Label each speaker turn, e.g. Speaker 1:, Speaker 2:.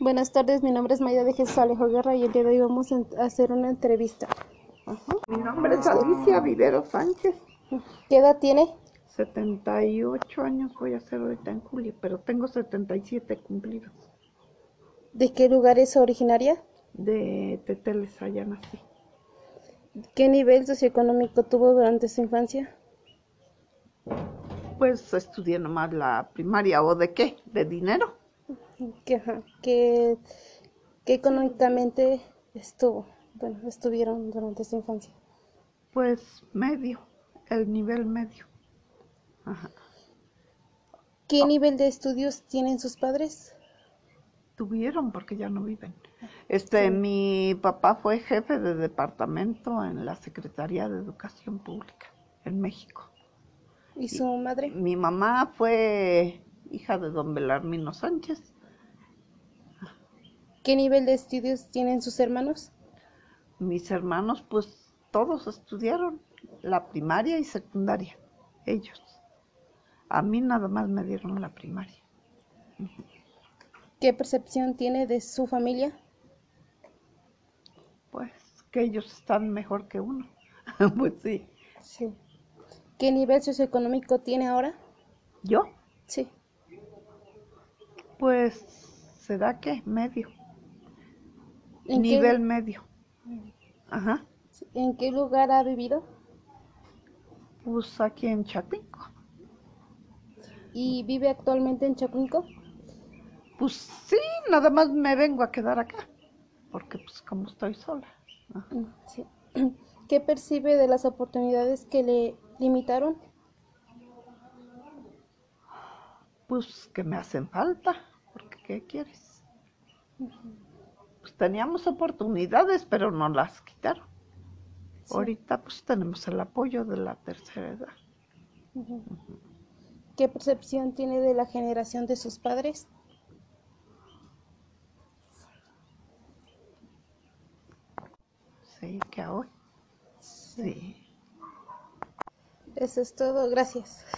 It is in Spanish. Speaker 1: Buenas tardes, mi nombre es Maida de Jesús Alejo Guerra y el día de hoy vamos a hacer una entrevista.
Speaker 2: Ajá. Mi nombre es Alicia Vivero Sánchez.
Speaker 1: ¿Qué edad tiene?
Speaker 2: 78 años voy a hacer ahorita en julio, pero tengo 77 cumplidos.
Speaker 1: ¿De qué lugar es originaria?
Speaker 2: De Teteles, allá nací.
Speaker 1: ¿Qué nivel socioeconómico tuvo durante su infancia?
Speaker 2: Pues estudié nomás la primaria, ¿o de qué? ¿De dinero?
Speaker 1: Que, ajá, que, que económicamente estuvo, bueno, estuvieron durante su infancia.
Speaker 2: Pues medio, el nivel medio. Ajá.
Speaker 1: ¿Qué nivel de estudios tienen sus padres?
Speaker 2: Tuvieron porque ya no viven. Este, mi papá fue jefe de departamento en la Secretaría de Educación Pública en México.
Speaker 1: ¿Y su madre?
Speaker 2: Mi mamá fue hija de don Belarmino Sánchez.
Speaker 1: ¿Qué nivel de estudios tienen sus hermanos?
Speaker 2: Mis hermanos, pues todos estudiaron la primaria y secundaria, ellos. A mí nada más me dieron la primaria.
Speaker 1: ¿Qué percepción tiene de su familia?
Speaker 2: Pues que ellos están mejor que uno. pues sí.
Speaker 1: Sí. ¿Qué nivel socioeconómico tiene ahora?
Speaker 2: ¿Yo?
Speaker 1: Sí.
Speaker 2: Pues, ¿será que medio?
Speaker 1: ¿En qué-
Speaker 2: Nivel medio. Ajá.
Speaker 1: ¿En qué lugar ha vivido?
Speaker 2: Pues aquí en Chapinco.
Speaker 1: ¿Y vive actualmente en Chapinco?
Speaker 2: Pues sí, nada más me vengo a quedar acá. Porque pues como estoy sola. Ajá.
Speaker 1: Mm, Sí. ¿Qué percibe de las oportunidades que le limitaron?
Speaker 2: Pues que me hacen falta. Porque ¿qué quieres? Pues teníamos oportunidades, pero no las quitaron.
Speaker 1: Sí.
Speaker 2: Ahorita pues tenemos el apoyo de la tercera edad.
Speaker 1: Ujú. ¿Qué percepción tiene de la generación de sus padres?
Speaker 2: Sí, que hoy. Sí.
Speaker 1: Eso es todo, gracias.